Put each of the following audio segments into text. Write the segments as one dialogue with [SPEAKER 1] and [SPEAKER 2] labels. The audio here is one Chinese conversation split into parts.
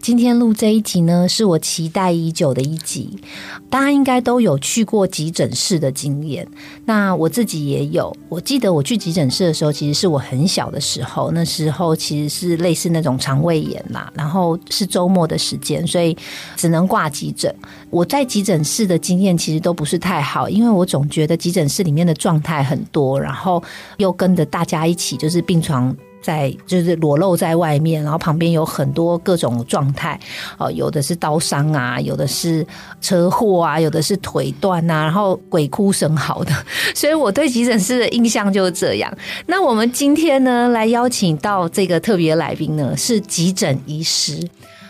[SPEAKER 1] 今天录这一集呢，是我期待已久的一集。大家应该都有去过急诊室的经验，那我自己也有。我记得我去急诊室的时候，其实是我很小的时候，那时候其实是类似那种肠胃炎啦，然后是周末的时间，所以只能挂急诊。我在急诊室的经验其实都不是太好，因为我总觉得急诊室里面的状态很多，然后又跟着大家一起，就是病床在就是裸露在外面，然后旁边有很多各种状态，哦、有的是刀伤啊，有的是车祸啊，有的是腿断啊，然后鬼哭神嚎的，所以我对急诊室的印象就是这样。那我们今天呢，来邀请到这个特别来宾呢，是急诊医师。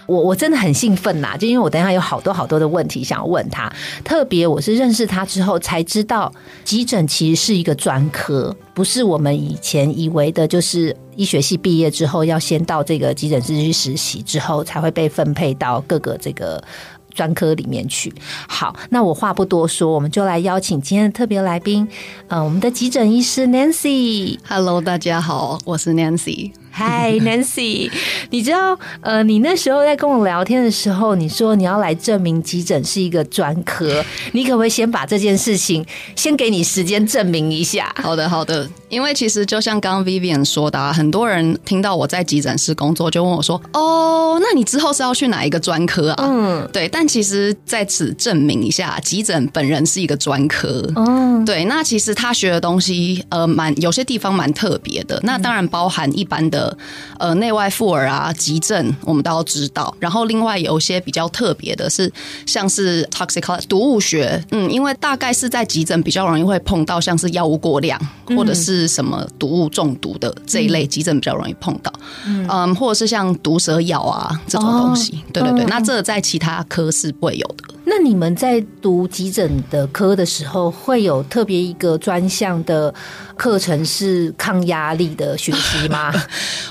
[SPEAKER 1] 我我真的很兴奋呐、就因为我等一下有好多好多的问题想要问他，特别我是认识他之后才知道，急诊其实是一个专科，不是我们以前以为的，就是医学系毕业之后要先到这个急诊室去实习，之后才会被分配到各个这个。专科里面去。好，那我话不多说，我们就来邀请今天的特别来宾，呃，我们的急诊医师 Nancy。
[SPEAKER 2] Hello，大家好，我是 Nancy。
[SPEAKER 1] 嗨，Nancy，你知道，呃，你那时候在跟我聊天的时候，你说你要来证明急诊是一个专科，你可不可以先把这件事情先给你时间证明一下？
[SPEAKER 2] 好的，好的。因为其实就像刚刚 Vivian 说的、啊，很多人听到我在急诊室工作，就问我说：“哦，那你之后是要去哪一个专科啊？”
[SPEAKER 1] 嗯，
[SPEAKER 2] 对，但其实在此证明一下，急诊本人是一个专科。
[SPEAKER 1] 哦，
[SPEAKER 2] 对，那其实他学的东西，呃，蛮有些地方蛮特别的。那当然包含一般的，呃，内外妇儿啊、急症，我们都要知道。然后另外有一些比较特别的是，像是 toxicology 毒物学，嗯，因为大概是在急诊比较容易会碰到，像是药物过量或者是什么毒物中毒的这一类急诊比较容易碰到，嗯，或者是像毒蛇咬啊这种东西。对对对，那这在其他科是不会有的。
[SPEAKER 1] 那你们在读急诊的科的时候，会有特别一个专项的课程是抗压力的学习吗？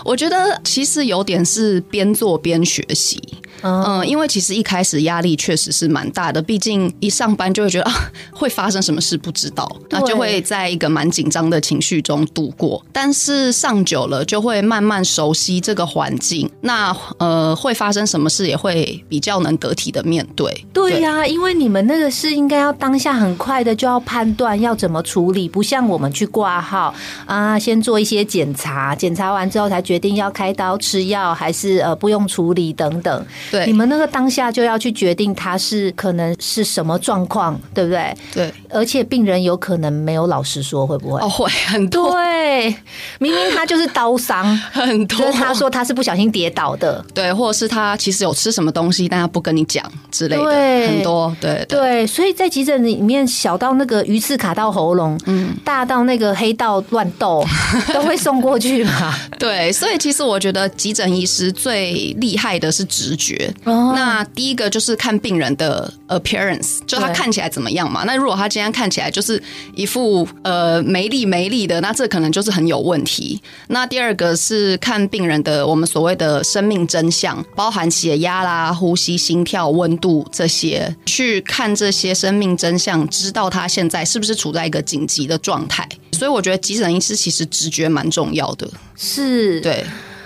[SPEAKER 2] 我觉得其实有点是边做边学习，
[SPEAKER 1] 哦
[SPEAKER 2] 嗯、因为其实一开始压力确实是蛮大的，毕竟一上班就会觉得啊会发生什么事不知道，那
[SPEAKER 1] 对
[SPEAKER 2] 就会在一个蛮紧张的情绪中度过。但是上久了就会慢慢熟悉这个环境，那呃会发生什么事也会比较能得体的面对。
[SPEAKER 1] 对呀、因为你们那个是应该要当下很快的就要判断要怎么处理，不像我们去挂号啊，先做一些检查，检查完之后才决定要开刀吃药还是呃不用处理等等。
[SPEAKER 2] 对
[SPEAKER 1] 你们那个当下就要去决定他是可能是什么状况，对不对？
[SPEAKER 2] 对，
[SPEAKER 1] 而且病人有可能没有老实说，会不会？
[SPEAKER 2] 哦会很多
[SPEAKER 1] 对，明明他就是刀 伤，
[SPEAKER 2] 很
[SPEAKER 1] 就
[SPEAKER 2] 多，
[SPEAKER 1] 是他说他是不小心跌倒的。
[SPEAKER 2] 对，或者是他其实有吃什么东西，但他不跟你讲之类
[SPEAKER 1] 对
[SPEAKER 2] 的，很多对对
[SPEAKER 1] 对，所以在急诊里面，小到那个鱼刺卡到喉咙，嗯，大到那个黑道乱 斗，都会送过去嘛。
[SPEAKER 2] 对，所以其实我觉得急诊医师最厉害的是直觉。
[SPEAKER 1] 哦，
[SPEAKER 2] 那第一个就是看病人的 appearance，就他
[SPEAKER 1] 对
[SPEAKER 2] 看起来怎么样嘛。那如果他今天看起来就是一副呃没力没力的，那这可能就是很有问题。那第二个是看病人的我们所谓的生命真相，包含血压啦、呼吸、心跳、温度这些，去看这些生命真相，知道他现在是不是处在一个紧急的状态。所以我觉得急诊医师其实直觉蛮重要的，
[SPEAKER 1] 是，。
[SPEAKER 2] 对。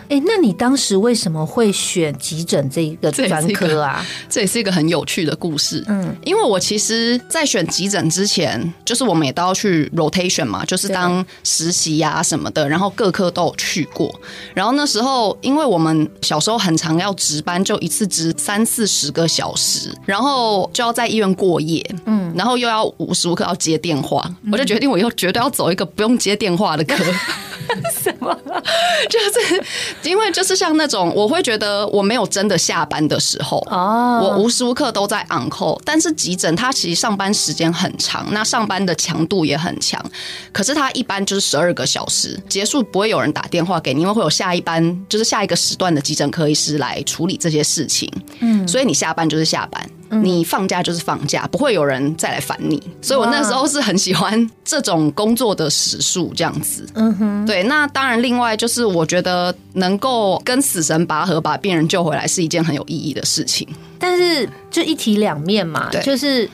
[SPEAKER 1] 哎，那你当时为什么会选急诊这一个
[SPEAKER 2] 这也是
[SPEAKER 1] 专
[SPEAKER 2] 一个
[SPEAKER 1] 科啊？
[SPEAKER 2] 这也是一个很有趣的故事。嗯，因为我其实，在选急诊之前，就是我们也都要去 rotation 嘛，就是当实习呀、什么的，然后各科都有去过。然后那时候，因为我们小时候很常要值班，就一次值三四十个小时，然后就要在医院过夜，嗯，然后又要无
[SPEAKER 1] 嗯
[SPEAKER 2] 时无刻要接电话，我就决定我以后绝对要走一个不用接电话的科。
[SPEAKER 1] 什么吗？
[SPEAKER 2] 就是因为就是像那种，我会觉得我没有真的下班的时候，
[SPEAKER 1] 哦，
[SPEAKER 2] 我无时无刻都在 on call。但是急诊它其实上班时间很长，那上班的强度也很强，可是它一般就是十二个小时结束，不会有人打电话给你，因为会有下一班，就是下一个时段的急诊科医师来处理这些事情。嗯，所以你下班就是下班。
[SPEAKER 1] 嗯
[SPEAKER 2] 你放假就是放假，不会有人再来烦你，所以我
[SPEAKER 1] 嗯
[SPEAKER 2] 那时候是很喜欢这种工作的时数这样子。
[SPEAKER 1] 嗯哼，
[SPEAKER 2] 对，那当然，另外就是我觉得能够跟死神拔河，把病人救回来是一件很有意义的事情。
[SPEAKER 1] 但是就一体两面嘛，
[SPEAKER 2] 对
[SPEAKER 1] 就是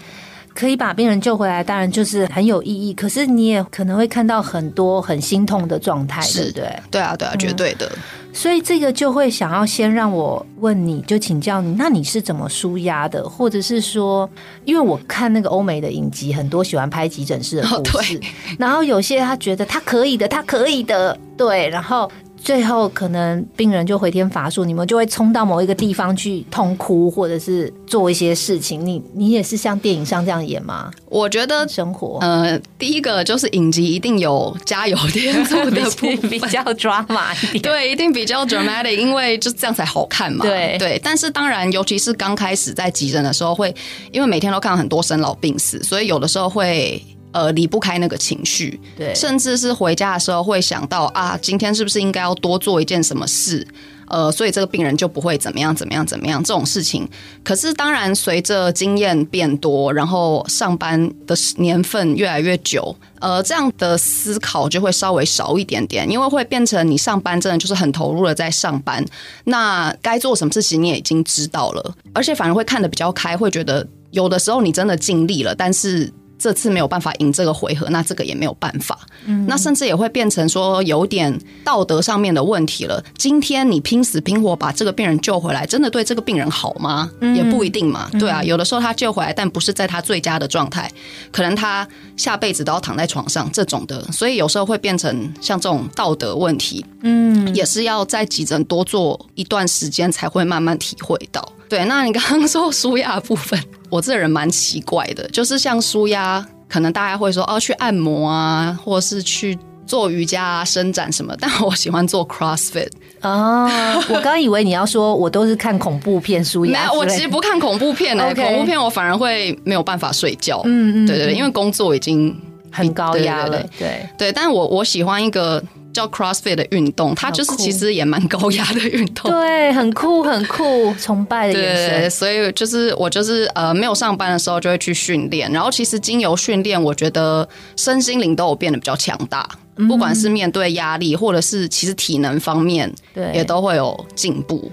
[SPEAKER 1] 可以把病人救回来，当然就是很有意义。可是你也可能会看到很多很心痛的状态，对不对？
[SPEAKER 2] 对啊，
[SPEAKER 1] 嗯
[SPEAKER 2] 对啊，绝对的。
[SPEAKER 1] 所以这个就会想要先让我问你，就请教你，那你是怎么舒压的？或者是说，因为我看那个欧美的影集，很多喜欢拍急诊室的
[SPEAKER 2] 哦
[SPEAKER 1] 故 事，然后有些他觉得他可以的，他可以的，对，然后。最后可能病人就回天乏术，你们就会冲到某一个地方去痛哭，或者是做一些事情。你你也是像电影上这样演吗？
[SPEAKER 2] 我觉得，
[SPEAKER 1] 生活、
[SPEAKER 2] 呃，第一个就是影集一定有加油添醋的 部分。
[SPEAKER 1] 比较抓马 一点。
[SPEAKER 2] 对，一定比较 dramatic，因为就这样才好看嘛。
[SPEAKER 1] 对
[SPEAKER 2] 对，但是当然，尤其是刚开始在急诊的时候会，因为每天都看很多生老病死，所以有的时候会呃离不开那个情绪。
[SPEAKER 1] 对
[SPEAKER 2] 甚至是回家的时候会想到啊，今天是不是应该要多做一件什么事？呃，所以这个病人就不会怎么样怎么样怎么样这种事情。可是当然，随着经验变多，然后上班的年份越来越久，呃，这样的思考就会稍微少一点点，因为会变成你上班真的就是很投入的在上班，那该做什么事情你也已经知道了，而且反而会看得比较开，会觉得有的时候你真的尽力了，但是。这次没有办法赢这个回合，那这个也没有办法。那甚至也会变成说有点道德上面的问题了。今天你拼死拼活把这个病人救回来，真的对这个病人好吗？也不一定嘛。对啊，有的时候他救回来，但不是在他最佳的状态，可能他下辈子都要躺在床上这种的。所以有时候会变成像这种道德问题，嗯，也是要在急诊多做一段时间才会慢慢体会到。对，那你刚刚说舒压的部分， 我这人蛮奇怪的，就是像舒压，可能大家会说哦，去按摩啊，或是去做瑜伽啊、伸展什么，但我喜欢 做 CrossFit。
[SPEAKER 1] 哦，我刚以为你要说我都是看恐怖 片舒
[SPEAKER 2] 没
[SPEAKER 1] 压之类的，
[SPEAKER 2] 有，我其实不看恐怖片的、欸
[SPEAKER 1] OK
[SPEAKER 2] 恐怖片我反而会没有办法睡觉。嗯嗯，对对对，因为工作已经
[SPEAKER 1] 很高压了
[SPEAKER 2] 对对，
[SPEAKER 1] 对，
[SPEAKER 2] 对，但我我喜欢一个叫 CrossFit 的运动，它就是
[SPEAKER 1] 好酷
[SPEAKER 2] 其实也蛮高压的运动。
[SPEAKER 1] 对，很酷，很酷，崇拜的眼
[SPEAKER 2] 对，
[SPEAKER 1] 神。
[SPEAKER 2] 所以就是我就是呃没有上班的时候就会去训练，然后其实经由训练，我觉得身心灵都有变得比较强大，
[SPEAKER 1] 嗯
[SPEAKER 2] 不管是面对压力，或者是其实体能方面
[SPEAKER 1] 对
[SPEAKER 2] 也都会有 进步。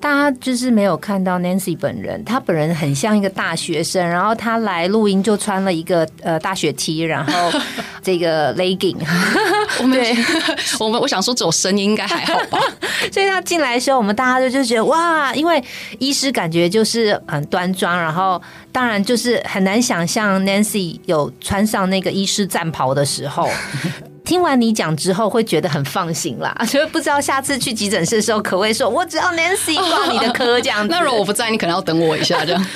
[SPEAKER 1] 大家就是没有看到 Nancy 本人，她本人很像一个大学生，然后她来录音就穿了一个呃大雪 T，然后 这个 legging，
[SPEAKER 2] 我们我们我想说只有声音应该还好 吧？
[SPEAKER 1] 所以她进来的时候，我们大家就就觉得哇，因为医师感觉就是很端庄，然后当然就是很难想象 Nancy 有穿上那个医师战袍的时 候。听完你讲之后，会觉得很放心啦，所以不知道下次去急诊室的时候，可不可以说我只要 Nancy 挂你的科这样子？
[SPEAKER 2] 那如果我不在，你可能要等我一下这样。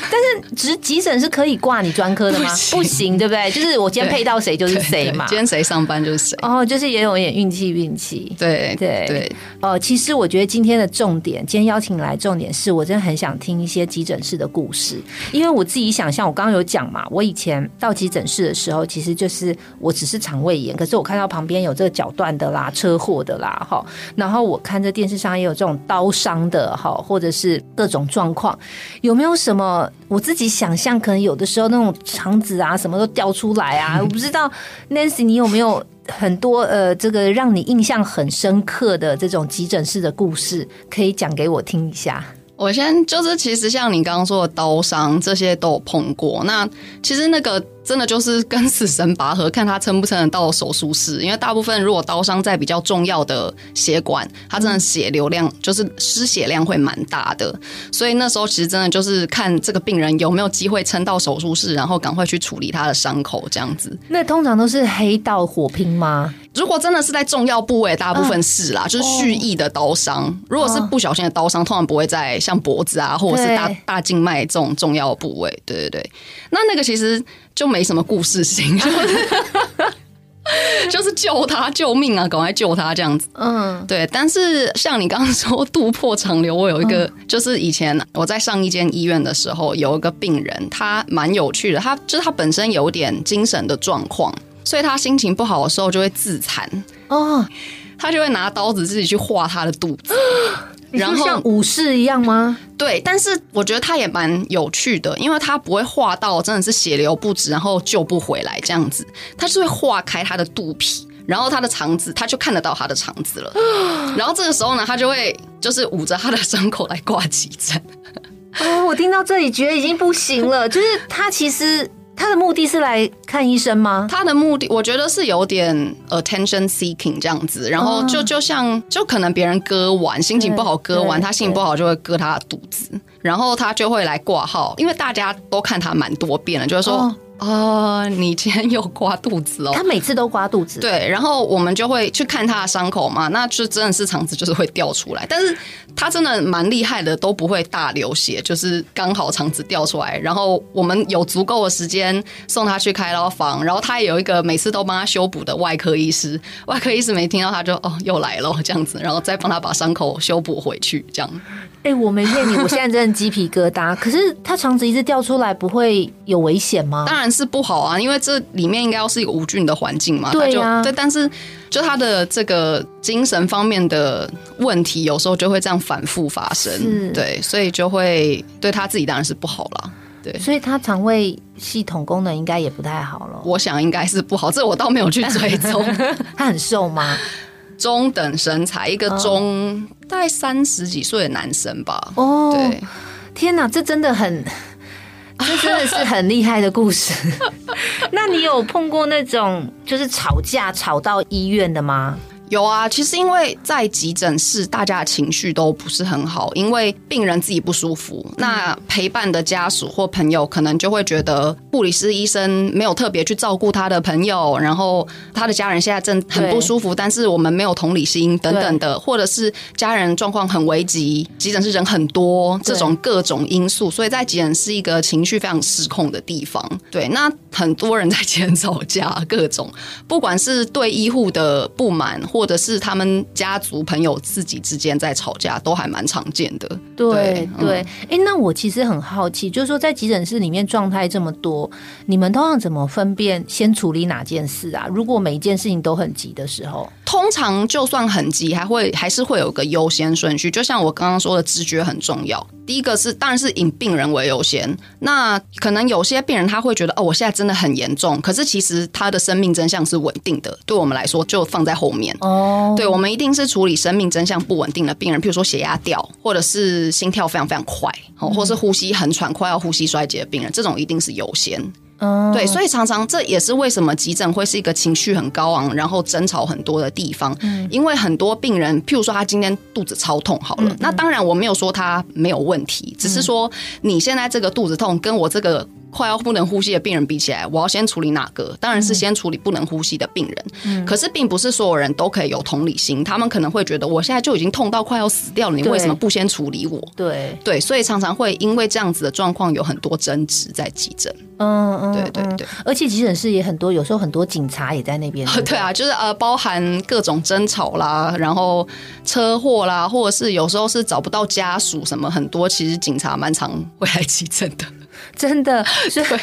[SPEAKER 1] 只急诊是可以挂你专科的吗？
[SPEAKER 2] 不行
[SPEAKER 1] 不行，对不对？就是我今天
[SPEAKER 2] 对
[SPEAKER 1] 配到谁就是谁
[SPEAKER 2] 对
[SPEAKER 1] 嘛。
[SPEAKER 2] 今天谁上班就是谁。
[SPEAKER 1] 哦，就是也有一点运气，运气。
[SPEAKER 2] 对
[SPEAKER 1] 对
[SPEAKER 2] 对，
[SPEAKER 1] 哦，其实我觉得今天的重点，今天邀请来重点是我真的很想听一些急诊室的故事，因为我自己想象，我刚刚有讲嘛，我以前到急诊室的时候，其实就是我只是肠胃炎，可是我看到旁边有这个脚断的啦、车祸的啦，哈，然后我看这电视上也有这种刀伤的哈，或者是各种状况，有没有什么我自己想象，可能有的时候那种肠子啊什么都掉出来 啊，我不知道 Nancy 你有没有很多呃，这个让你印象很深刻的这种急诊室的故事，可以讲给我听一下。
[SPEAKER 2] 我先就是，其实像你刚刚说的刀伤这些都有碰过。那其实那个真的就是跟死神拔河，看他撑不撑得到手术室。因为大部分如果刀伤在比较重要的血管，它真的血流量就是失血量会蛮大的。所以那时候其实真的就是看这个病人有没有机会撑到手术室，然后赶快去处理他的伤口这样子。
[SPEAKER 1] 那通常都是黑道火拼吗？
[SPEAKER 2] 如果真的是在重要部位，大部分是啦，就是蓄意的刀伤。如果是不小心的刀伤，通常不会在像脖子啊，或者是大
[SPEAKER 1] 对
[SPEAKER 2] 大静脉这种重要部位。对对对，那那个其实就没什么故事性，就是 就是救他，救命啊，赶快救他这样子。
[SPEAKER 1] 嗯
[SPEAKER 2] 对，但是像你刚刚说 渡破长流，我有一个，就是以前我在上一间医院的时候，有一个病人，他蛮有趣的，他就是他本身有点精神的状况，所以他心情不好的时候就会自残，
[SPEAKER 1] 哦，
[SPEAKER 2] 他就会拿刀子自己去划他的肚子，
[SPEAKER 1] 你
[SPEAKER 2] 然
[SPEAKER 1] 说
[SPEAKER 2] 后
[SPEAKER 1] 像武士一样吗？
[SPEAKER 2] 对，但是我觉得他也蛮有趣的，因为他不会画到真的是血流不止，然后救不回来这样子，他就是会化开他的肚皮，然后他的肠子，他就看得到他的肠子了。然后这个时候呢，他就会就是捂着他的伤口来挂急诊。
[SPEAKER 1] 哦，我听到这里觉得已经不行了，就是他其实他的目的是来看医生吗？
[SPEAKER 2] 他的目的，我觉得是有点呃 attention seeking 这样子，然后
[SPEAKER 1] 啊
[SPEAKER 2] 就就像就可能别人割腕，心情不好割腕，
[SPEAKER 1] 对
[SPEAKER 2] 他心情不好就会割他的肚子，然后他就会来挂号，因为大家都看他蛮多遍了，就会说。
[SPEAKER 1] 哦
[SPEAKER 2] 哦你今天又刮肚子哦
[SPEAKER 1] 他？每次都刮肚子，，
[SPEAKER 2] 对，然后我们就会去看他的伤口嘛，那就真的是肠子就是会掉出来，但是他真的蛮厉害的，都不会大流血，就是刚好肠子掉出来，然后我们有足够的时间送他去开刀房，然后他也有一个每次都帮他修补的外科医师，外科医师没听到他就哦又来了这样子，然后再帮他把伤口修补回去这样。
[SPEAKER 1] 哎、我没骗你，我现在真的鸡皮疙瘩。可是他肠子一直掉出来，不会有危险吗？
[SPEAKER 2] 当然是不好啊，因为这里面应该要是一个无菌的环境嘛。
[SPEAKER 1] 对啊
[SPEAKER 2] 他就对，但是就他的这个精神方面的问题，有时候就会这样反复发
[SPEAKER 1] 是
[SPEAKER 2] 生。对，所以就会对他自己当然是不好啦。对，
[SPEAKER 1] 所以他肠胃系统功能应该也不太好了。
[SPEAKER 2] 我想应该是不好，这我倒没有去追 踪。
[SPEAKER 1] 他很瘦 吗？
[SPEAKER 2] 中等身材，一个
[SPEAKER 1] 嗯
[SPEAKER 2] 中、大概三十几岁的男生吧。
[SPEAKER 1] 哦，
[SPEAKER 2] 对，
[SPEAKER 1] 天哪，这真的 很，这真的是很厉害的故事。那你有碰过那种就是吵架吵到医院的吗？
[SPEAKER 2] 有啊，其实因为在急诊室，大家的情绪都不是很好，因为病人自己不舒服，那陪伴的家属或朋友可能就会觉得护理师医生没有特别去照顾他的朋友，然后他的家人现在正很不舒服，但是我们没有同理心等等的，或者是家人状况很危急，急诊室人很多，这种各种因素，所以在急诊是一个情绪非常失控的地方。对，那很多人在急诊吵架，各种不管是对医护的不满，或者是他们家族朋友自己之间在吵架，都还蛮常见的。
[SPEAKER 1] 对
[SPEAKER 2] 对嗯
[SPEAKER 1] 对，哎、那我其实很好奇，就是说在急诊室里面状态这么多，你们通常怎么分辨先处理哪件事啊？如果每一件事情都很急的时候，
[SPEAKER 2] 通常就算很急，还会还是会有个优先顺序。就像我刚刚说的，直觉很重要。第一个是，当然是以病人为优先。那可能有些病人他会觉得，哦，我现在真的很严重，可是其实他的生命真相是稳定的，对我们来说就放在后面。
[SPEAKER 1] 哦，
[SPEAKER 2] 对，我们一定是处理生命真相不稳定的病人，譬如说血压掉，或者是心跳非常非常快，哦，或是呼吸很喘，快要呼吸衰竭的病人，这种一定是优先。
[SPEAKER 1] 嗯，
[SPEAKER 2] 对，所以常常这也是为什么急诊会是一个情绪很高昂，然后争吵很多的地方。
[SPEAKER 1] 嗯
[SPEAKER 2] 因为很多病人，譬如说他今天肚子超痛好
[SPEAKER 1] 嗯
[SPEAKER 2] 了，那当然我没有说他没有问题，只是说
[SPEAKER 1] 嗯
[SPEAKER 2] 你现在这个肚子痛跟我这个。快要不能呼吸的病人比起来，我要先处理哪个？当然
[SPEAKER 1] 嗯
[SPEAKER 2] 是先处理不能呼吸的病人。可是并不是所有人都可以有同理心，他们可能会觉得我现在就已经痛到快要死掉了，你
[SPEAKER 1] 对
[SPEAKER 2] 为什么不先处理我？
[SPEAKER 1] 对，
[SPEAKER 2] 对，所以常常会因为这样子的状况有很多争执在急诊。
[SPEAKER 1] 嗯嗯，
[SPEAKER 2] 对对
[SPEAKER 1] 嗯
[SPEAKER 2] 对，
[SPEAKER 1] 而且急诊室也很多，有时候很多警察也在那 边。不
[SPEAKER 2] 对啊，就是呃，包含各种争吵啦，然后车祸啦，或者是有时候是找不到家属什么，很多其实警察蛮常会来急诊的。
[SPEAKER 1] 真 的，所以
[SPEAKER 2] 对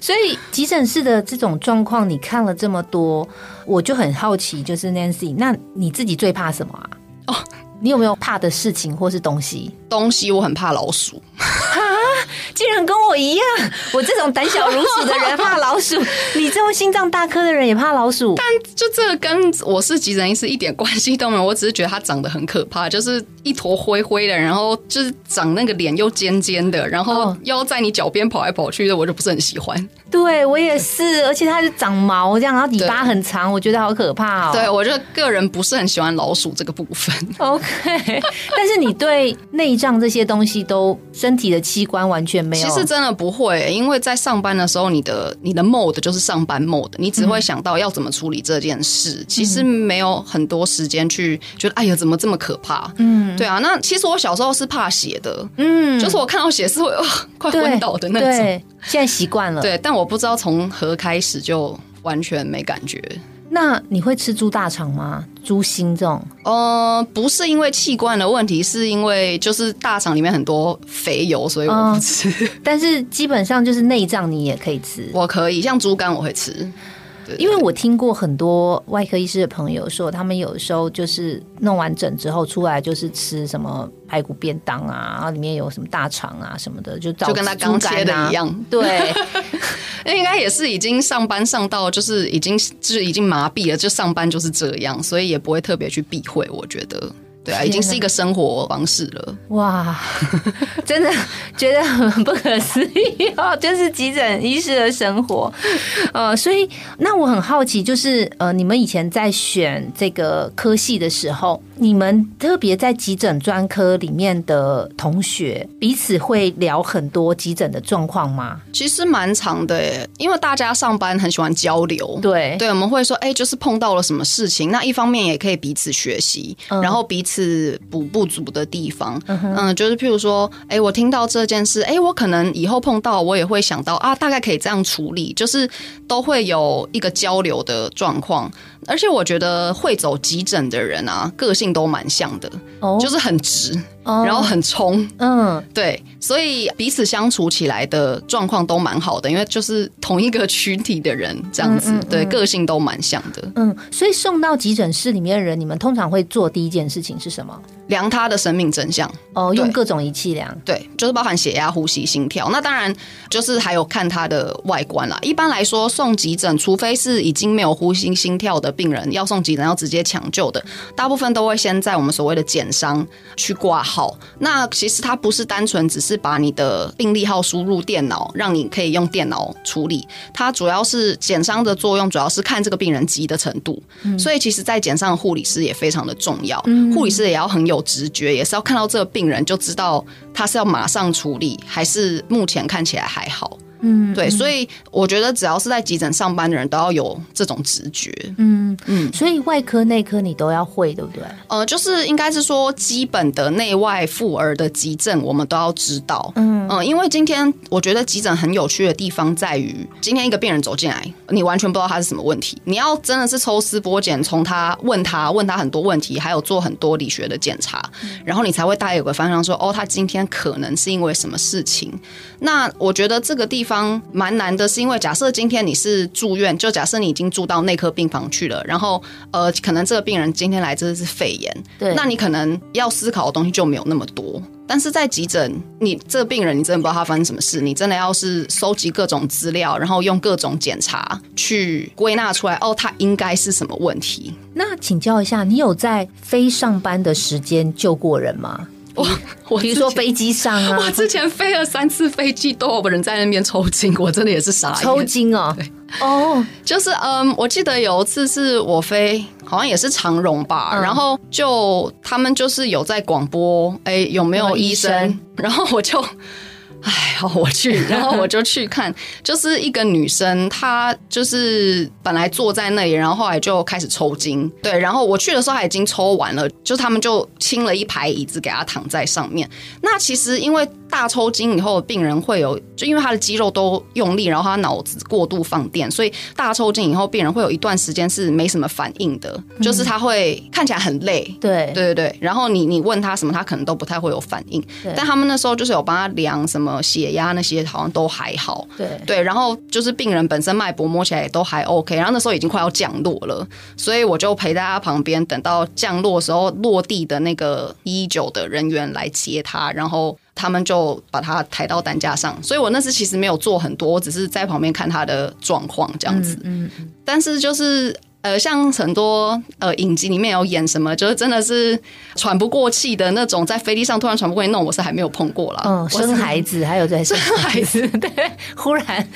[SPEAKER 1] 所以急诊室的这种状况，你看了这么多，我就很好奇，就是 Nancy，那你自己最怕什么啊？
[SPEAKER 2] 哦
[SPEAKER 1] 你有没有怕的事情或是东西？
[SPEAKER 2] 东西我很怕老鼠，
[SPEAKER 1] 竟然跟我一样，我这种胆小如鼠的人怕老鼠， 你这种心脏大颗的人也怕老鼠。
[SPEAKER 2] 就这个跟我是急诊医师一点关系都没有，我只是觉得它长得很可怕，就是一坨灰灰的，然后就是长那个脸又尖尖的，然后
[SPEAKER 1] 哦
[SPEAKER 2] 又在你脚边跑来跑去的，我就不是很喜欢。
[SPEAKER 1] 对我也是，而且它是长毛这样，然后尾巴很长，我觉得好可怕哦。
[SPEAKER 2] 对我就个人不是很喜欢老鼠这个部分。
[SPEAKER 1] OK，但是你对内脏这些东西都身体的器官完全没有，
[SPEAKER 2] 其实真的不会，因为在上班的时候，你的你的 mode 就是上班 mode，你只
[SPEAKER 1] 嗯
[SPEAKER 2] 会想到要怎么处理这件事，其实没有很多时间去觉得哎呀怎么这么可怕。嗯，对啊，那其实我小时候是怕血的，
[SPEAKER 1] 嗯
[SPEAKER 2] 就是我看到血是会、哦、 快
[SPEAKER 1] 对
[SPEAKER 2] 昏倒的那种。
[SPEAKER 1] 对，现在习惯了。
[SPEAKER 2] 对，但我不知道从何开始就完全没感觉。
[SPEAKER 1] 那你会吃猪大肠吗？猪心这种
[SPEAKER 2] 呃，不是因为器官的问题，是因为就是大肠里面很多肥油，所以我
[SPEAKER 1] 哦
[SPEAKER 2] 不吃。
[SPEAKER 1] 但是基本上就是内脏你也可以吃，
[SPEAKER 2] 我可以，像猪肝我会吃，
[SPEAKER 1] 因为我听过很多外科医师的朋友说，他们有时候就是弄完整之后出来就是吃什么排骨便当啊，然后里面有什么大肠啊什么的，就
[SPEAKER 2] 就跟他刚切的
[SPEAKER 1] 样。
[SPEAKER 2] 一样。
[SPEAKER 1] 啊对，
[SPEAKER 2] 那应该也是已经上班上到就是已经就是已经麻痹了，就上班就是这样，所以也不会特别去避讳。我觉得，对
[SPEAKER 1] 天
[SPEAKER 2] 啊，
[SPEAKER 1] 哪
[SPEAKER 2] 已经是一个生活方式了。
[SPEAKER 1] 哇， 真的觉得很不可思议哦，就是急诊医师的生活。呃，所以那我很好奇，就是呃，你们以前在选这个科系的时候，你们特别在急诊专科里面的同学彼此会聊很多急诊的状况吗？
[SPEAKER 2] 其实蛮长的耶，因为大家上班很喜欢交流。
[SPEAKER 1] 对，
[SPEAKER 2] 对，我们会说，哎、就是碰到了什么事情，那一方面也可以彼此学习，
[SPEAKER 1] 嗯
[SPEAKER 2] 然后彼此补不足的地方，嗯就是譬如说，哎、我听到这件事，哎、我可能以后碰到，我也会想到啊，大概可以这样处理，就是都会有一个交流的状况。而且我觉得会走急诊的人啊，个性都蛮像的，
[SPEAKER 1] 哦
[SPEAKER 2] 就是很直，
[SPEAKER 1] 哦
[SPEAKER 2] 然后很冲，
[SPEAKER 1] 嗯，
[SPEAKER 2] 对，所以彼此相处起来的状况都蛮好的，因为就是同一个群体的人这样子，
[SPEAKER 1] 嗯嗯嗯
[SPEAKER 2] 对，个性都蛮像的。
[SPEAKER 1] 嗯，所以送到急诊室里面的人，你们通常会做第一件事情是什么？
[SPEAKER 2] 量他的生命真相，
[SPEAKER 1] 哦，用
[SPEAKER 2] 对
[SPEAKER 1] 各种仪器量。
[SPEAKER 2] 对，就是包含血压、呼吸、心跳。那当然就是还有看他的外观啦。一般来说，送急诊，除非是已经没有呼吸、心跳的病人要送急诊要直接抢救的，大部分都会先在我们所谓的检伤去挂号。那其实它不是单纯只是把你的病历号输入电脑，让你可以用电脑处理。它主要是减伤的作用，主要是看这个病人急的程度。
[SPEAKER 1] 嗯
[SPEAKER 2] 所以其实，在减伤的护理师也非常的重要，护理师也要很有直觉，也是要看到这个病人就知道他是要马上处理，还是目前看起来还好。
[SPEAKER 1] 嗯，
[SPEAKER 2] 对，所以我觉得只要是在急诊上班的人都要有这种直觉。
[SPEAKER 1] 嗯嗯，
[SPEAKER 2] 嗯
[SPEAKER 1] 所以外科、内科你都要会，对不对？
[SPEAKER 2] 呃，就是应该是说基本的内外妇儿的急症，我们都要知道。嗯、因为今天我觉得急诊很有趣的地方在于，今天一个病人走进来，你完全不知道他是什么问题，你要真的是抽丝剥茧，从他问他问他很多问题，还有做很多理学的检查，然后你才会大概有个方向说，哦，他今天可能是因为什么事情。那我觉得这个地方蛮难的，是因为假设今天你是住院，就假设你已经住到内科病房去了，然后呃，可能这个病人今天来真的是肺炎，
[SPEAKER 1] 对
[SPEAKER 2] 那你可能要思考的东西就没有那么多。但是在急诊，你这个病人你真的不知道他发生什么事，你真的要是收集各种资料，然后用各种检查去归纳出来，哦，他应该是什么问题？
[SPEAKER 1] 那请教一下，你有在非上班的时间救过人吗？
[SPEAKER 2] 我我
[SPEAKER 1] 比如说
[SPEAKER 2] 之前
[SPEAKER 1] 飞机上啊，
[SPEAKER 2] 我之前飞了三次飞机，都有人在那边抽筋，我真的也是傻眼。
[SPEAKER 1] 抽筋哦，哦，
[SPEAKER 2] 就是嗯，我记得有一次是我飞，好像也是长荣吧，
[SPEAKER 1] 嗯
[SPEAKER 2] 然后就他们就是有在广播，哎、有没
[SPEAKER 1] 有没
[SPEAKER 2] 有
[SPEAKER 1] 有医
[SPEAKER 2] 医生？
[SPEAKER 1] 生
[SPEAKER 2] 然后我就。哎，好，我去，然后我就去看，就是一个女生，她就是本来坐在那里，然后后来就开始抽筋，对，然后我去的时候她已经抽完了，就他们就清了一排椅子给她躺在上面。那其实因为大抽筋以后，病人会有，就因为他的肌肉都用力，然后他脑子过度放电，所以大抽筋以后，病人会有一段时间是没什么反应的，就是他会看起来很累，
[SPEAKER 1] 对，
[SPEAKER 2] 对对对，然后你你问他什么，他可能都不太会有反应
[SPEAKER 1] 对。
[SPEAKER 2] 但他们那时候就是有帮他量什么血压那些，好像都还好。
[SPEAKER 1] 对，
[SPEAKER 2] 对，然后就是病人本身脉搏摸起来也都还 OK，然后那时候已经快要降落了，所以我就陪在他旁边，等到降落的时候，落地的那个一九的人员来接他，然后他们就把他抬到担架上。所以我那次其实没有做很多，我只是在旁边看他的状况这样子。
[SPEAKER 1] 嗯，
[SPEAKER 2] 但是就是呃，像很多呃影集里面有演什么，就是真的是喘不过气的那种，在飞机上突然喘不过气那种，我是还没有碰过啦。
[SPEAKER 1] 嗯，
[SPEAKER 2] 哦我是
[SPEAKER 1] 生孩子还有在生孩子， 对，忽然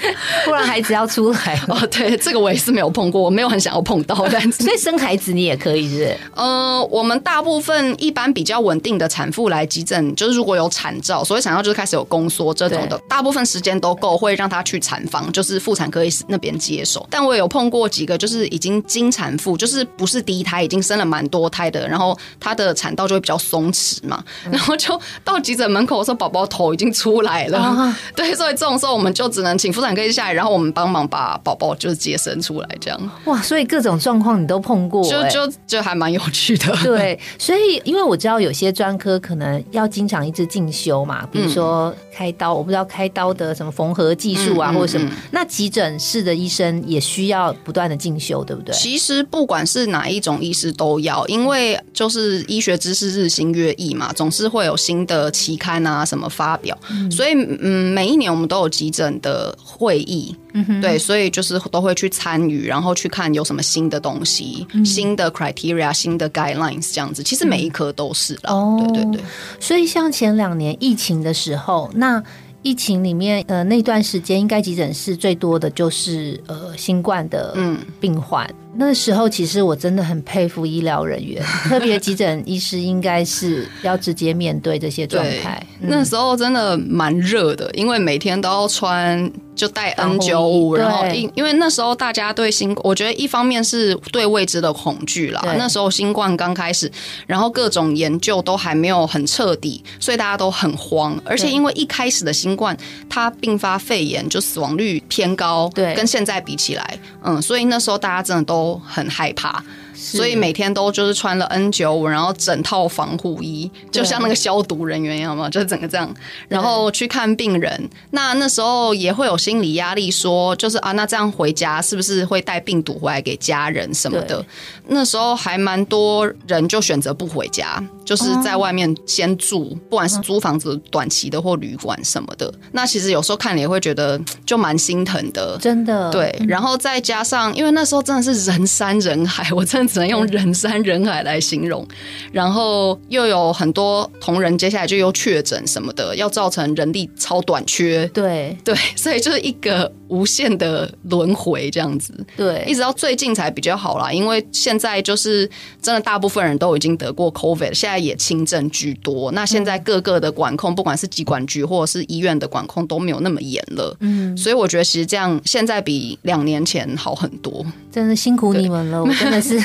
[SPEAKER 1] 忽然孩子要出来了，
[SPEAKER 2] 哦，对，这个 我也是没有碰过，我没有很想要碰到，但是
[SPEAKER 1] 所以生孩子你也可以是不是
[SPEAKER 2] 呃，我们大部分一般比较稳定的产妇来急诊，就是如果有产兆，所谓产兆就是开始有宫缩这种的，大部分时间都够，会让她去产房，就是妇产科医师那边接手。但我有碰过几个，就是已经经产妇，就是不是第一胎已经生了蛮多胎的，然后她的产道就会比较松弛嘛，然后就到急诊门口的时候，宝宝头已经出来了，
[SPEAKER 1] 啊
[SPEAKER 2] 对，所以这种时候我们就只能请妇产科医师下来，然后我们帮忙把宝宝就是接生出来，这样
[SPEAKER 1] 哇，所以各种状况你都碰过、
[SPEAKER 2] 就
[SPEAKER 1] 欸
[SPEAKER 2] 就就还蛮有趣的。
[SPEAKER 1] 对，所以因为我知道有些专科可能要经常一直进修
[SPEAKER 2] 嗯
[SPEAKER 1] 嘛，比如说开刀，我不知道开刀的什么缝合技术啊，
[SPEAKER 2] 嗯嗯
[SPEAKER 1] 或者什么
[SPEAKER 2] 嗯。
[SPEAKER 1] 那急诊室的医生也需要不断的进修，对不对？
[SPEAKER 2] 其实不管是哪一种医师都要，因为就是医学知识日新月异嘛，总是会有新的期刊啊什么发表，所以嗯，每一年我们都有急诊的会议，
[SPEAKER 1] 嗯
[SPEAKER 2] 对，所以就是都会去参与，然后去看有什么新的东西、
[SPEAKER 1] 嗯
[SPEAKER 2] 新的 criteria、新的 guidelines 这样子。其实每一科都是啦，
[SPEAKER 1] 哦
[SPEAKER 2] 对对对。
[SPEAKER 1] 所以像前两年疫情的时候，那疫情里面，呃，那段时间应该急诊室最多的就是呃新冠的
[SPEAKER 2] 嗯
[SPEAKER 1] 病患。那时候其实我真的很佩服医疗人 员，特别急诊医师应该是要直接面对这些状
[SPEAKER 2] 对
[SPEAKER 1] 态。嗯
[SPEAKER 2] 那时候真的蛮热的，因为每天都要穿就戴 N
[SPEAKER 1] 防护衣
[SPEAKER 2] 九五，然后
[SPEAKER 1] 对
[SPEAKER 2] 因因为那时候大家对新，我觉得一方面是对未知的恐惧啦
[SPEAKER 1] 对。
[SPEAKER 2] 那时候新冠刚开始，然后各种研究都还没有很彻底，所以大家都很慌。而且因为一开始的新冠，它并发肺炎就死亡率偏高，
[SPEAKER 1] 对
[SPEAKER 2] 跟现在比起来，嗯，所以那时候大家真的都很害怕。所以
[SPEAKER 1] 是
[SPEAKER 2] 每天都就是穿了 N 九五，然后整套防护衣，就像那个消毒人员一样嘛，就是整个这样，然后去看病人。那那时候也会有心理压力说就是啊，那这样回家是不是会带病毒回来给家人什么的
[SPEAKER 1] 对？
[SPEAKER 2] 那时候还蛮多人就选择不回家，就是在外面先住，
[SPEAKER 1] 哦
[SPEAKER 2] 不管是
[SPEAKER 1] 嗯
[SPEAKER 2] 租房子、短期的或旅馆什么的。那其实有时候看了也会觉得就蛮心疼的，
[SPEAKER 1] 真的
[SPEAKER 2] 对，然后再加上，因为那时候真的是人山人海， 我真的只能用人山人海来形容。然后又有很多同仁，接下来就又确诊什么的，要造成人力超短缺。
[SPEAKER 1] 对
[SPEAKER 2] 对，所以就是一个无限的轮回这样子，一
[SPEAKER 1] 对
[SPEAKER 2] 直到最近才比较好啦。因为现在就是真的大部分人都已经得过 COVID，现在也轻症居多。那现在各个的管控，不管是疾管局或者是医院的管控都没有那么严了。
[SPEAKER 1] 嗯，
[SPEAKER 2] 所以我觉得其实这样现在比两年前好很多。
[SPEAKER 1] 真的辛苦你们了，我真的 是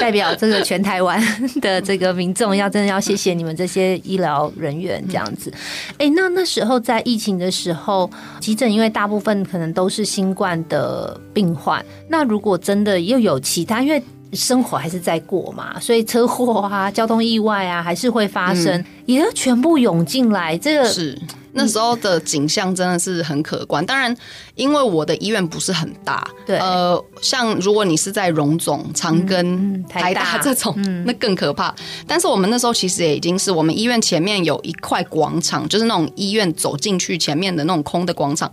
[SPEAKER 1] 代表这个全台湾的这个民众，要真的要谢谢你们这些医疗人员这样子。哎、那那时候在疫情的时候，急诊因为大部分可能都是新冠的病患，那如果真的又有其他，因为生活还是在过嘛，所以车祸啊、交通意外啊还是会发生，
[SPEAKER 2] 嗯
[SPEAKER 1] 也要全部涌进来。这个
[SPEAKER 2] 是那时候的景象真的是很可观。当然，因为我的医院不是很大，
[SPEAKER 1] 对
[SPEAKER 2] 呃，像如果你是在荣总、长庚、
[SPEAKER 1] 嗯嗯台
[SPEAKER 2] 台
[SPEAKER 1] 大嗯
[SPEAKER 2] 大这种，那更可怕。但是我们那时候其实也已经是我们医院前面有一块广场，就是那种医院走进去前面的那种空的广场，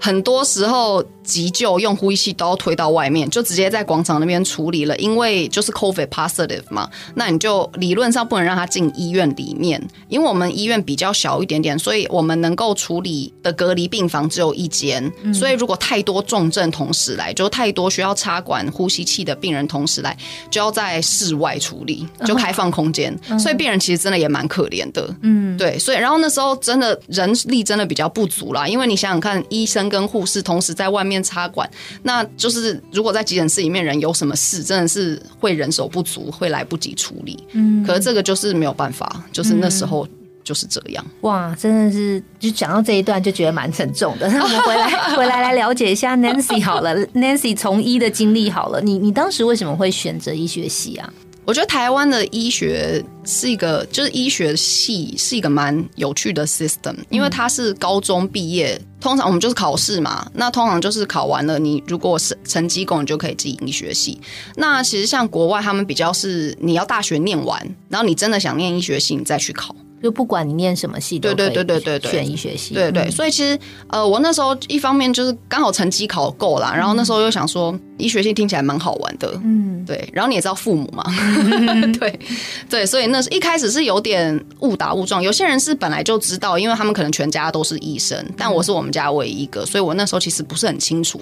[SPEAKER 2] 很多时候急救用呼吸器都要推到外面，就直接在广场那边处理了，因为就是 COVID positive 嘛，那你就理论上不能让他进医院里面，因为我们医院比较小一点点，所以我们能够处理的隔离病房只有一间，所以如果太多重症同时来，就太多需要插管呼吸器的病人同时来，就要在室外处理，就开放空间，所以病人其实真的也蛮可怜的，嗯，对，所以然后那时候真的人力真的比较不足啦，因为你想想看，医生跟护士同时在外面插管，那就是如果在急诊室里面人有什么事，真的是会人手不足，会来不及处理，嗯，可是这个就是没有办法，就是那时候就是这样。
[SPEAKER 1] 哇，真的是，就讲到这一段就觉得蛮沉重的。 那我们回 来回来来了解一下 Nancy 好了，Nancy 从医的经历好了。你你当时为什么会选择医学系啊？
[SPEAKER 2] 我觉得台湾的医学是一个，就是医学系是一个蛮有趣的 system，因为它是高中毕业，通常我们就是考试嘛，那通常就是考完了，你如果是成绩够，你就可以进医学系。那其实像国外他们比较是，你要大学念完，然后你真的想念医学系，你再去考。
[SPEAKER 1] 就不管你念什么系，
[SPEAKER 2] 对对
[SPEAKER 1] 都可以
[SPEAKER 2] 对对对对
[SPEAKER 1] 选医学系。
[SPEAKER 2] 对对，
[SPEAKER 1] 嗯
[SPEAKER 2] 所以其实呃，我那时候一方面就是刚好成绩考够啦，然后那时候又想说医学系听起来蛮好玩的，嗯，对，然后你也知道父母嘛， 对对，所以那是一开始是有点误打误撞，有些人是本来就知道，因为他们可能全家都是医生，但我是我们家唯一一个，所以我那时候其实不是很清楚，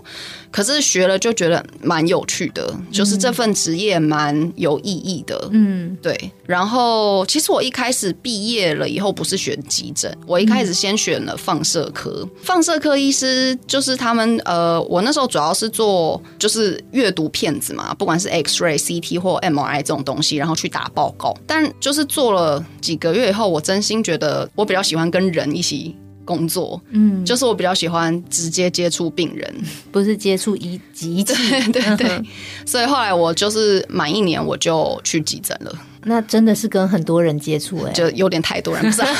[SPEAKER 2] 可是学了就觉得蛮有趣的，就是这份职业蛮有意义的，
[SPEAKER 1] 嗯，
[SPEAKER 2] 对，然后其实我一开始毕业了以后不是选急诊，我一开始先选了放射科。放射科医师就是他们呃，我那时候主要是做就是就是阅读片子嘛，不管是 X-ray、CT 或 MRI 这种东西，然后去打报告。但就是做了几个月以后，我真心觉得我比较喜欢跟人一起工作，
[SPEAKER 1] 嗯，
[SPEAKER 2] 就是我比较喜欢直接接触病人。
[SPEAKER 1] 不是接触一急诊，
[SPEAKER 2] 对对对
[SPEAKER 1] 嗯，
[SPEAKER 2] 所以后来我就是满一年我就去急诊了，
[SPEAKER 1] 那真的是跟很多人接触哎、
[SPEAKER 2] 就有点太多人，不是、啊，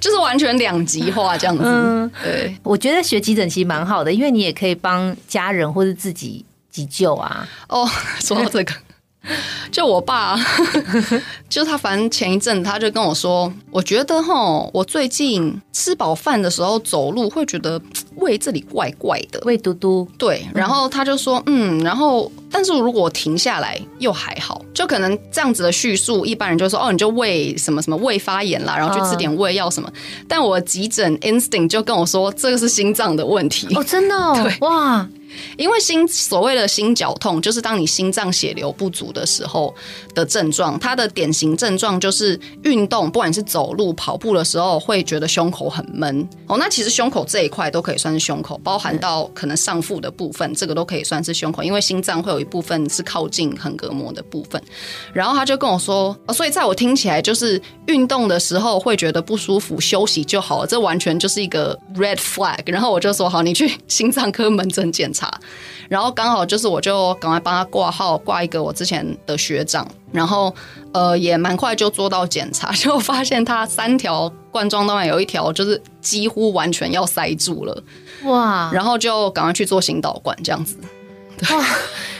[SPEAKER 2] 就是完全两极化这样子。
[SPEAKER 1] 嗯
[SPEAKER 2] 对，
[SPEAKER 1] 我觉得学急诊其实蛮好的，因为你也可以帮家人或是自己急救啊。
[SPEAKER 2] 哦，说到这个，就我爸， 就他反正前一阵他就跟我说，我觉得哈，我最近吃饱饭的时候走路会觉得胃这里怪怪的。
[SPEAKER 1] 喂，嘟嘟，
[SPEAKER 2] 对，然后他就说，嗯，然后但是如果我停下来又还好，就可能这样子的叙述，一般人就说，哦，你就胃什么什么胃发炎啦，然后去吃点胃药什么。但我急诊 instinct 就跟我说，这个是心脏的问题。
[SPEAKER 1] 哦，真的、哦，哇，
[SPEAKER 2] 因为心所谓的心绞痛，就是当你心脏血流不足的时候的症状。它的典型症状就是运动，不管是走路、跑步的时候，会觉得胸口很闷。哦，那其实胸口这一块都可以算是胸口，包含到可能上腹的部分，这个都可以算是胸口，因为心脏会有一部分是靠近横膈膜的部分。然后他就跟我说，哦、所以在我听起来就是运动的时候会觉得不舒服，休息就好了，这完全就是一个 red flag。然后我就说好，你去心脏科门诊检查。然后刚好就是我就赶快帮他挂号，挂一个我之前的学长，然后呃也蛮快就做到检查，就发现他三条冠状动脉有一条就是几乎完全要塞住了，
[SPEAKER 1] 哇，
[SPEAKER 2] 然后就赶快去做心导管这样子。
[SPEAKER 1] 哇，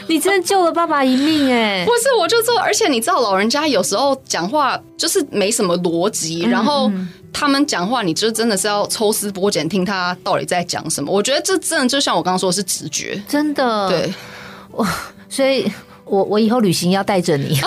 [SPEAKER 1] 你真的救了爸爸一命哎、
[SPEAKER 2] 不是，我就说，而且你知道，老人家有时候讲话就是没什么逻辑，然后他们讲话，你就真的是要抽丝剥茧，听他到底在讲什么。我觉得这真的就像我刚刚说的是直觉，
[SPEAKER 1] 真的，
[SPEAKER 2] 对，
[SPEAKER 1] 所以我我以后旅行要带着你。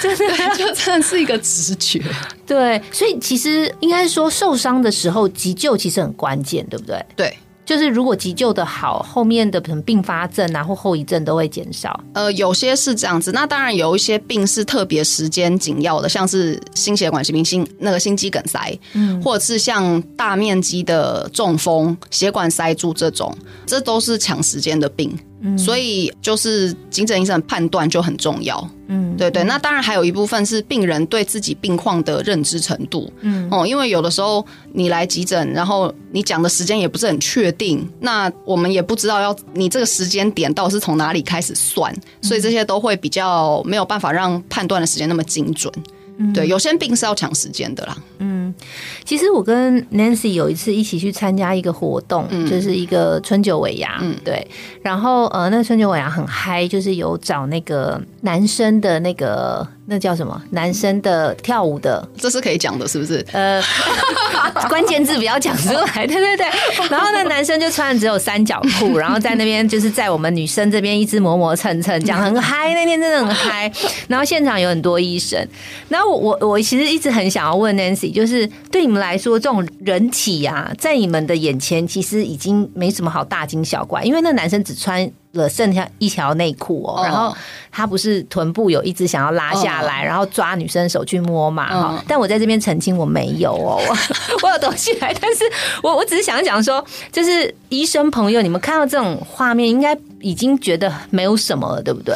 [SPEAKER 1] 真的
[SPEAKER 2] 就真的是一个直觉。
[SPEAKER 1] 对，所以其实应该说受伤的时候急救其实很关键，对不对？
[SPEAKER 2] 对，
[SPEAKER 1] 就是如果急救的好，后面的可能并发症啊或后遗症都会减少。
[SPEAKER 2] 呃，有些是这样子，那当然有一些病是特别时间紧要的，像是心血管疾病、心那个心肌梗塞，嗯，或者是像大面积的中风、血管塞住这种，这都是抢时间的病。嗯、所以就是急诊医生的判断就很重要，
[SPEAKER 1] 嗯，
[SPEAKER 2] 对对。那当然还有一部分是病人对自己病况的认知程度，嗯，哦，因为有的时候你来急诊，然后你讲的时间也不是很确定，那我们也不知道要你这个时间点到底是从哪里开始算，所以这些都会比较没有办法让判断的时间那么精准。对，有些病是要抢时间的啦。
[SPEAKER 1] 其实我跟 Nancy 有一次一起去参加一个活动，就是一个春酒尾牙，对。然后呃，那个春酒尾牙很嗨，就是有找那个男生的那个那叫什么？男生的跳舞的，
[SPEAKER 2] 这是可以讲的，是不是？
[SPEAKER 1] 呃， 关键字不要讲出来，对对对。 然后那男生就穿只有三角裤，然后在那边就是在我们女生这边一直磨磨蹭蹭，讲很嗨，那天真的很 嗨。然后现场有很多医生，然后我我我其实一直很想要问 Nancy，就是对你们来说，这种人体啊，在你们的眼前其实已经没什么好大惊小怪，因为那男生只穿。了剩下一条内裤哦，
[SPEAKER 2] 哦
[SPEAKER 1] 然后他不是臀部有一直想要拉下来，然后抓女生的手去摸嘛哈、
[SPEAKER 2] 嗯
[SPEAKER 1] 但我在这边澄清我没有哦， 我我有躲起来，但是我我只是想讲说，就是医生朋友，你们看到这种画面，应该已经觉得没有什么了，对不对？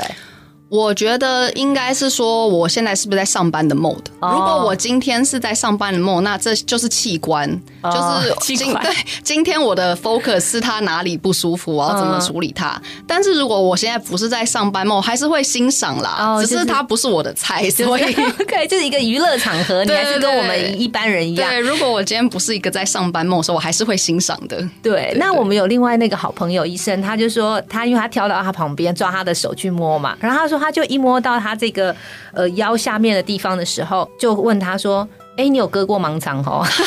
[SPEAKER 2] 我觉得应该是说，我现在是不是在上班的 mode？、
[SPEAKER 1] 哦
[SPEAKER 2] 如果我今天是在上班的 mode，那这就是器官，
[SPEAKER 1] 哦
[SPEAKER 2] 就是
[SPEAKER 1] 器
[SPEAKER 2] 今
[SPEAKER 1] 官
[SPEAKER 2] 对今天我的 focus 是他哪里不舒服，我要怎么处理它。但是如果我现在不是在上班 mode，还是会欣赏啦，
[SPEAKER 1] 哦
[SPEAKER 2] 只
[SPEAKER 1] 就是
[SPEAKER 2] 是它不是我的菜，所 以。
[SPEAKER 1] 对，就是一个娱乐场合，你
[SPEAKER 2] 对
[SPEAKER 1] 还是跟我
[SPEAKER 2] 对
[SPEAKER 1] 们一般人一样。
[SPEAKER 2] 对，如果我今天不是一个在上班梦的时候，我还是会欣赏的。
[SPEAKER 1] 对，那我们有另外那个好朋友医生，他就说他因为他挑到他旁边抓他的手去摸嘛，然后他说他就一摸到他这个呃腰下面的地方的时候，就问他说：“哎、你有割过盲肠哦？”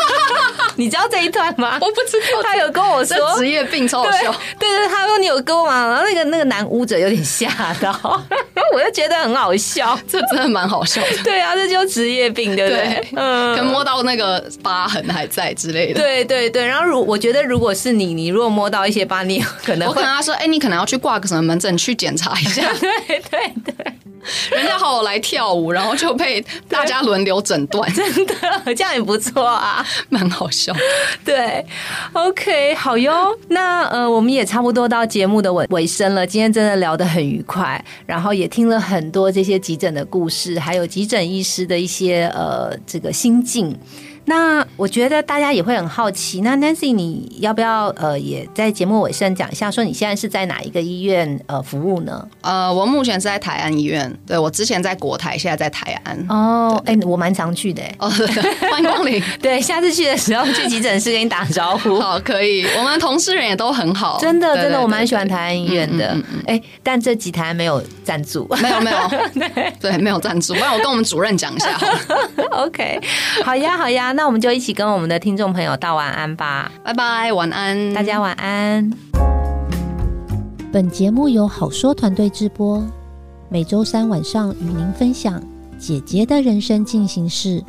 [SPEAKER 1] 你知道这一段吗？
[SPEAKER 2] 我不知道
[SPEAKER 1] 他有跟我说，
[SPEAKER 2] 这职业病超好
[SPEAKER 1] 对
[SPEAKER 2] 笑。
[SPEAKER 1] 对对，他说你有割吗？然后哦那个那个男舞者有点吓到， 我就觉得很好笑。
[SPEAKER 2] 这真的蛮好笑的，
[SPEAKER 1] 对啊，这就是职业病，对不对？
[SPEAKER 2] 对
[SPEAKER 1] 嗯
[SPEAKER 2] 可能摸到那个疤痕还在之类的。
[SPEAKER 1] 对对对，然后如我觉得如果是你，你如果摸到一些疤，你有可能
[SPEAKER 2] 我
[SPEAKER 1] 会
[SPEAKER 2] 可能他说，哎、你可能要去挂个什么门诊去检查一下。
[SPEAKER 1] 对对对，
[SPEAKER 2] 人家好我来跳舞，然后就被大家轮流 诊断，
[SPEAKER 1] 真的，这样也不错啊。
[SPEAKER 2] 蛮好笑。
[SPEAKER 1] 对，OK，好哟。那呃，我们也差不多到节目的尾尾声了。今天真的聊得很愉快，然后也听了很多这些急诊的故事，还有急诊医师的一些呃这个心境。那我觉得大家也会很好奇，那 Nancy，你要不要呃也在节目尾声讲一下，说你现在是在哪一个医院呃服务呢？
[SPEAKER 2] 呃，我目前是在台安医院，对我之前在国台，现在在台安。
[SPEAKER 1] 哦，哎、我蛮常去的、哎
[SPEAKER 2] 哦，对欢迎光临。
[SPEAKER 1] 对，下次去的时候去急诊室跟你打招呼。
[SPEAKER 2] 好，可以。我们同事人也都很好，
[SPEAKER 1] 真的，
[SPEAKER 2] 对
[SPEAKER 1] 真的，
[SPEAKER 2] 对
[SPEAKER 1] 我蛮
[SPEAKER 2] 对
[SPEAKER 1] 喜欢台安医院的。哎、
[SPEAKER 2] 嗯
[SPEAKER 1] 但这集台安没有赞助。
[SPEAKER 2] 没有没有，对，没有赞助，不然我跟我们主任讲一下好 了，
[SPEAKER 1] OK，好呀，好呀，那我们就一起跟我们的听众朋友道晚安吧，
[SPEAKER 2] 拜拜，晚安，
[SPEAKER 1] 大家晚安。
[SPEAKER 3] 本节目由好说团队制播，每周三晚上与您分享姐姐的人生进行式。